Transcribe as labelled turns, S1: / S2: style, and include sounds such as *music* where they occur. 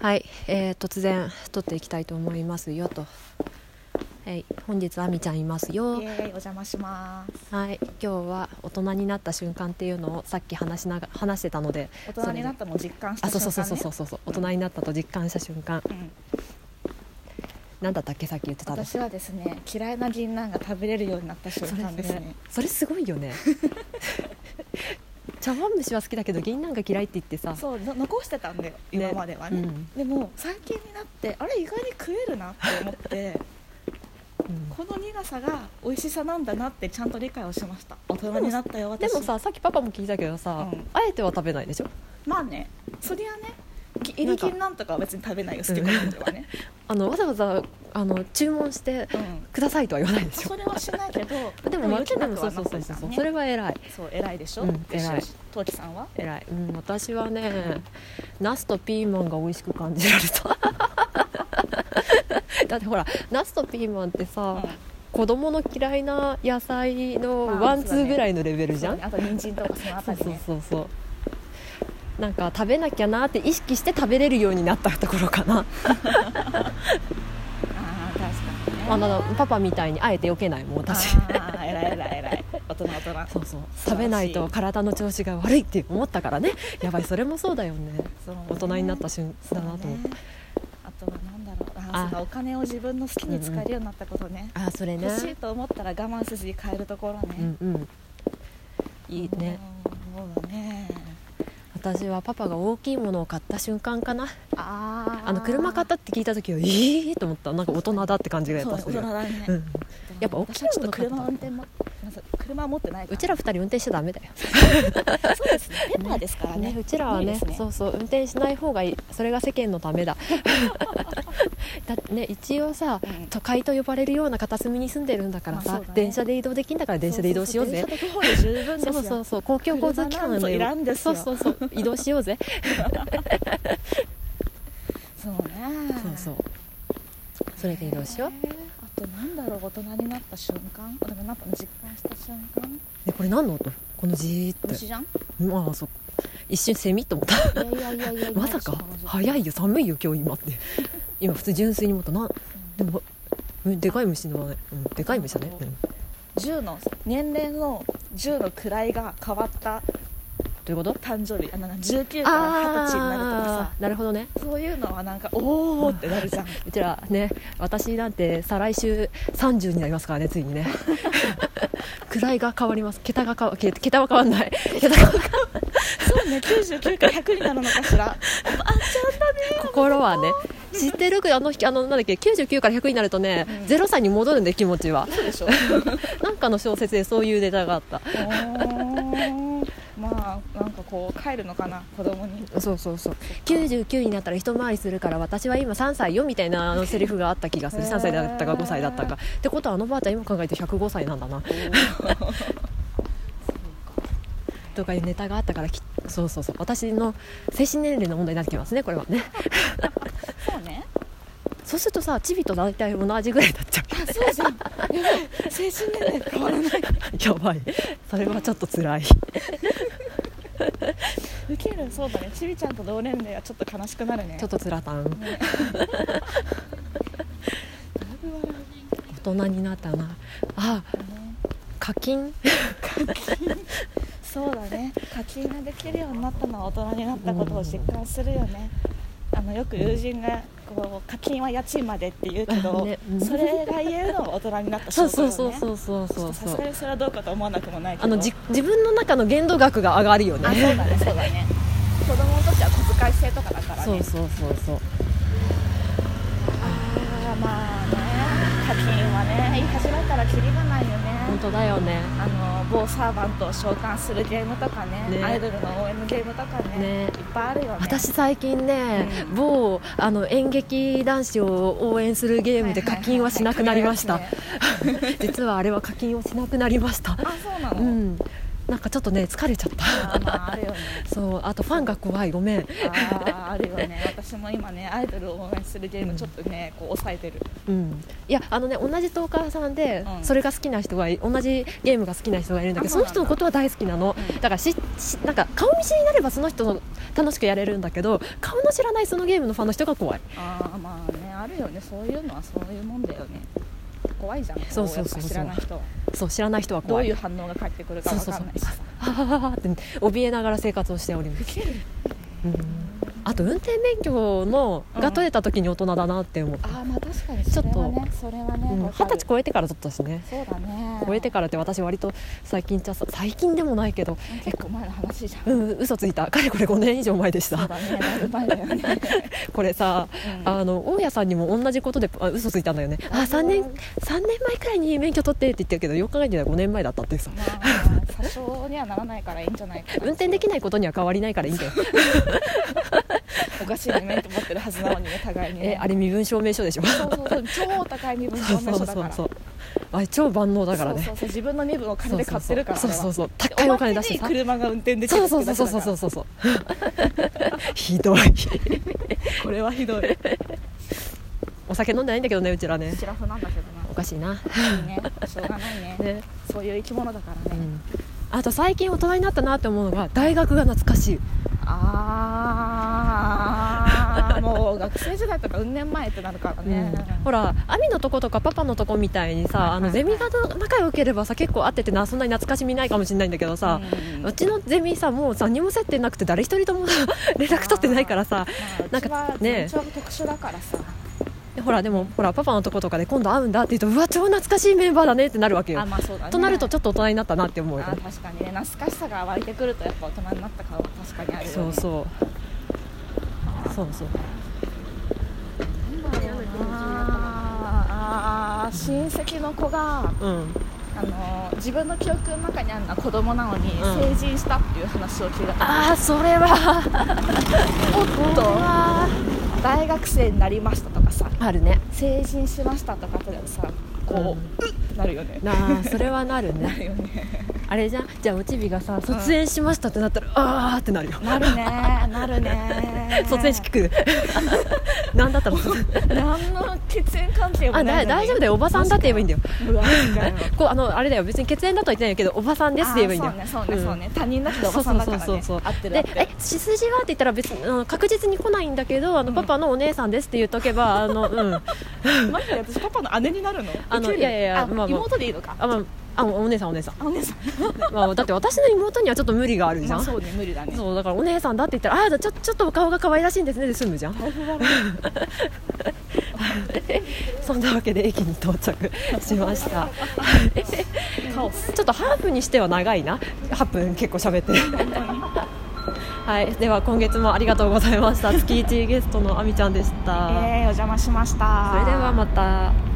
S1: はい、えー、突然撮っていきたいと思いますよと、はい、本日あみちゃんいますよ
S2: イエーイお邪魔します
S1: はい今日は大人になった瞬間っていうのをさっき話しなが話してたので
S2: 大人になったのを実感し
S1: そ
S2: た
S1: れであ
S2: 瞬
S1: そう
S2: 間、ね、
S1: そうそうそうそうそう大人になったと実感した瞬間
S2: うん
S1: なんだったっけさっき言ってたの
S2: 私はですね嫌いな銀杏が食べれるようになった瞬
S1: それ
S2: 間ですね
S1: それすごいよね *laughs* 茶碗蒸しは好きだけど銀杏が嫌いって言ってさ
S2: そうの残してたんだよ今まではね
S1: うん
S2: でも最近になってあれ意外に食えるなって思って
S1: うん
S2: この苦さが美味しさなんだなってちゃんと理解をしました大人になったよ
S1: で
S2: 私
S1: もささっきパパも聞いたけどさ、
S2: うん
S1: あえては食べないでしょ
S2: まあねそりゃねぎ入り銀なんとかは別に食べないよ好き好んではね、
S1: あのわざわざあの注文して
S2: うん
S1: くださいとは言わないでしょ
S2: それはしないけど
S1: でもまあ
S2: 言って
S1: で
S2: な
S1: も
S2: く
S1: そう
S2: は
S1: そ
S2: な
S1: う
S2: か
S1: そ
S2: っ
S1: うそ
S2: たん
S1: う
S2: だね
S1: それは偉い
S2: そう偉いでしょ、
S1: うん偉い
S2: トウキさんは
S1: 偉い、うん、私はねナスとピーマンが美味しく感じられた *laughs* だってほらナスとピーマンってさ、子供の嫌いな野菜の
S2: まあ
S1: ワンツ
S2: そうだ
S1: ー
S2: ね
S1: ぐらいのレベ
S2: う
S1: ル
S2: ん
S1: じゃん、
S2: あと人参とかそのあ
S1: そ
S2: た
S1: う
S2: り
S1: そう
S2: ね
S1: そうそうなんか食べなきゃなって意識して食べれるようになったところかな、
S2: ああ確かにね
S1: あのパパみたいにあえて避けないもん私
S2: ああ偉い偉い偉い大人大人
S1: そうそう
S2: 素晴らしい
S1: 食べないと体の調子が悪いって思ったからねやばいそれもそうだよね
S2: そうね
S1: 大人になった瞬間だなと思って、
S2: そうねあとはなんだろうあ
S1: あ
S2: あそうかお金を自分の好きに使えるようになったことね、
S1: あそれね
S2: 欲しいと思ったら我慢せずに買えるところ
S1: う
S2: ね、
S1: んうんいいね
S2: うんそうだね
S1: 私はパパが大きいものを買った瞬間かな
S2: ああ
S1: あの車買ったって聞いた時はええー、と思ったなんか大人だって感じがやっぱす
S2: そう
S1: る
S2: ね
S1: よ
S2: 大人だね、
S1: うん、やっぱ大きい
S2: 私はちょっと
S1: もの買った
S2: 車運転もまず車持ってないから
S1: うちら二人運転しちゃダメだよ、
S2: そうですねペッパーですからね
S1: ね、うちらはね
S2: 無理です
S1: そうそう運転しない方がいいそれが世間のためだ *laughs* だってね一応さ、
S2: うん
S1: 都会と呼ばれるような片隅に住んでるんだからさ、
S2: まあそうだね
S1: 電車で移動できんだから電車で移動しようぜ
S2: そうそうそう電車で徒歩で十分で
S1: そ
S2: すよ
S1: うそうそう公共交通機関
S2: 車なんぞいらんですよ
S1: そうそうそう移動しようぜ
S2: そうね
S1: そうそうそれで移動しよう、
S2: へーあとなんだろう大人になった瞬間大人になったの実感した瞬間
S1: えこれ何の音このじーっ
S2: 虫じゃんい
S1: てまあそう一瞬セミと思った
S2: やいやいやいや
S1: *laughs* まさか
S2: い
S1: 早いよ寒いよ今日今って今普通純粋に思ったなでもうんでかい虫のね、うん、でかい虫だね、うん
S2: 10の年齢の10の位が変わった
S1: どういうこと
S2: 誕生日あなんか19から20歳になるとかさ
S1: なるほどね
S2: そういうのはなんかおおってなるじゃん
S1: うちらね私なんて再来週30になりますからねついにね位が変わります桁が変わけ桁は変わんない桁が
S2: そうね99から100になるのかしら
S1: 心はね知ってるけどあのあのなんだっけ99から100になるとね、
S2: うん
S1: 0歳に戻るんで気持ちは
S2: そ
S1: *laughs*
S2: うでしょ
S1: なんかの小説でそういうデータがあった
S2: おーまあなんかこう帰るのかな子供
S1: *laughs*
S2: に
S1: そうそうそう99になったら一回りするから私は今3歳よみたいなあのセリフがあった気がする
S2: へー
S1: 3歳だったか5歳だったかってことはあのばあちゃん今考えて105歳なんだなとかいうネタがあったからきそうそうそう私の精神年齢の問題になってきますねこれはね
S2: そうね
S1: そうするとさチビと大体同じぐらいになっちゃう *laughs*
S2: あそうじゃんやばい精神年齢変わらない
S1: やばいそれはちょっと辛い
S2: ウケるそうだねちびちゃんと同年齢はちょっと悲しくなるね
S1: ちょっとつらた *laughs* ん
S2: ねだいぶ笑
S1: 大人になったなあ
S2: うね
S1: 課金
S2: そうだね課金ができるようになったのは大人になったことを実感するよねあのよく友人がこう課金は家賃までって言うけど、
S1: ねうん
S2: それが言えるのは大人になった証
S1: そ
S2: 拠
S1: う
S2: だね
S1: そうそうそうそうそう
S2: さすがにそれはどうかと思わなくもないけど
S1: あのじ自分の中の限度額が上がるよ
S2: あ
S1: ね
S2: そうだねそうだね子供の時は小遣い制とかだからね
S1: そうそうそうそう
S2: ああまあね課金はね始めたらキリがないよ
S1: 本
S2: ね
S1: 当だよね
S2: あの某サーバントを召喚するゲームとかね
S1: ね
S2: アイドルの応援のゲームとかね
S1: ね
S2: いっぱいあるよね
S1: 私最近ね、
S2: うん
S1: 某あの演劇男子を応援するゲームで課金はしなくなりました、
S2: はいはいはい
S1: *laughs* 実はあれは課金をしなくなりました
S2: 課金はしねあそうな
S1: う
S2: の、
S1: んなんかちょっとね疲れちゃった
S2: あーまああるよね
S1: そうあとファンが怖いごめん
S2: あーあるよ
S1: *laughs*
S2: ね私も今ねアイドルを応援するゲームちょっとねこう抑えてる
S1: うん、いやあのね同じトーカーさんで、
S2: うん
S1: それが好きな人がい同じゲームが好きな人がいるんだけどそ
S2: あそ
S1: の
S2: うなん
S1: 人
S2: だ
S1: のことは大好きなの、
S2: うん
S1: だからししなんか顔見知りになればその人の楽しくやれるんだけど顔の知らないそのゲームのファンの人が怖い
S2: ああまあねあるよねそういうのはそういうもんだよね怖いじゃん
S1: そうそうそうそう
S2: こやっぱ知らない人は
S1: そう知らない人は
S2: ど
S1: 怖
S2: う
S1: い
S2: いう反応が返ってくるかわかんないし
S1: そう
S2: さ
S1: ははははって怯えながら生活をしております、うん、あと運転免許のが取れた時に大人だなって思った、
S2: ああまあ確かにそれはねそれはね
S1: うん
S2: わ
S1: 二
S2: か
S1: 十
S2: る
S1: 歳超えてから取ったしね
S2: そうだね
S1: 超えてからって私割と最近じゃ最近でもないけど
S2: 結構前の話じゃん
S1: うん嘘ついたかれこれ5年以上前でし
S2: そう
S1: た
S2: だねだいぶ前だよね
S1: これさ、
S2: うん
S1: あの大家さんにも同じことであ嘘ついたんだよねあ3年三年前くらいに免許取ってって言ってるけどよく考えてみたら5年前だったっていうさ
S2: まあ詐称にはならないからいいんじゃないかな
S1: 運転できないことには変わりないからいいんだよ、
S2: おかしいね免許持ってるはずなのにね互いにね
S1: えあれ身分証明書でしょ
S2: そうそうそう超高い身分
S1: そ
S2: 証
S1: うそ
S2: 明書
S1: うそ
S2: だか
S1: う
S2: ら
S1: そうあれ超万能だから
S2: そうそう
S1: ね
S2: そう自分の身分を金で買ってるから
S1: そうそうそう高いお金出して
S2: さ
S1: さ
S2: 車が運転できる
S1: そ
S2: っ
S1: う
S2: て
S1: そ
S2: だ
S1: う
S2: けだ
S1: そうそうそ
S2: から
S1: うそうそう *laughs* ひどい
S2: これはひどい
S1: お酒飲んでないんだけどねうちらね
S2: シラフなんだけ
S1: お
S2: ど
S1: かしいな、
S2: な。いいね、しょうがないね。
S1: ね
S2: そういう生き物だから
S1: う
S2: ね。
S1: ん、あと最近大人になったなって思うのが大学が懐かしい
S2: ああ、もう学生時代とかうん年前ってなるからね。
S1: ほら亜美のとことかパパのとこみたいにさあの
S2: はいはい
S1: ゼミが仲良ければさ結構会っててなそんなに懐かしみないかもしれないんだけどさ、
S2: う
S1: うんちのゼミさもう何も接点なくて誰一人とも連絡取ってないからさ
S2: な
S1: なんん
S2: か
S1: か
S2: ね、
S1: ね
S2: 身長が特殊だからさ。
S1: ほらでもほらパパのとことかで今度会うんだって言うとうわ超懐かしいメンバーだねってなるわけよ、
S2: あ、まあそうだね。
S1: となるとちょ
S2: ょっ
S1: っと大人になったなって思うよ
S2: あー、確かにね、懐かしさが湧いてくるとやっぱ大人になった顔は確かにあるよね。
S1: そうそうそうそう
S2: なんだろうなあー親戚の子が
S1: うん
S2: あの自分の記憶の中にあるのは子供なのに
S1: うん
S2: 成人したっていう話を聞いた、
S1: ああそれは
S2: おっと大学生になりましたとかさ
S1: あるね
S2: 成人しましたとかってさこう、うっなるよね
S1: なあそれはなる
S2: な
S1: ね *laughs*
S2: るよね
S1: あれじゃんじゃあおちびがさ卒園しましたってなったら、ああってなるよ
S2: なるねなる *laughs* ね
S1: *laughs* 卒園式来る何だったの
S2: *laughs*
S1: 卒園
S2: 何の血縁関係も
S1: あだ
S2: ないのに
S1: 大丈夫だよおばさんだって言えばいいんだよ
S2: うわなんかよ
S1: こうあのあれだよ別に血縁だとは言ってないけどおばさんですって言えばいいんだよ
S2: あそうねそうねそうね、他人だけどおばさんだからね
S1: そうそうそうそう
S2: 合ってる合
S1: で
S2: ってる
S1: え血筋はって言ったら別にあの確実に来ないんだけどあの、
S2: うん
S1: パパのお姉さんですって言っとけばあのうん
S2: 待って私パパの姉になるの
S1: あの
S2: ウケる
S1: いやいやいや
S2: あ
S1: まあまあ
S2: 妹でいいのか
S1: あ,、まあ、あおお姉さんお姉さん、
S2: あお
S1: *laughs*
S2: 姉さん
S1: まあ、だって私の妹にはちょっと無理があるじ
S2: ま
S1: ゃ
S2: あ
S1: ん、
S2: そうね無理だね
S1: そうだからお姉さんだって言ったらああーちょちょっとお顔が可愛らしいんですねで済むじゃん *laughs*
S2: 大変だね
S1: そんなわけで駅に到着しました
S2: カオス
S1: ちょっとハーフにしては長いな8分結構喋ってるはいでは今月もありがとうございました月1ゲストのあみちゃんでし
S2: え
S1: た、
S2: ー、お邪魔しました
S1: それではまた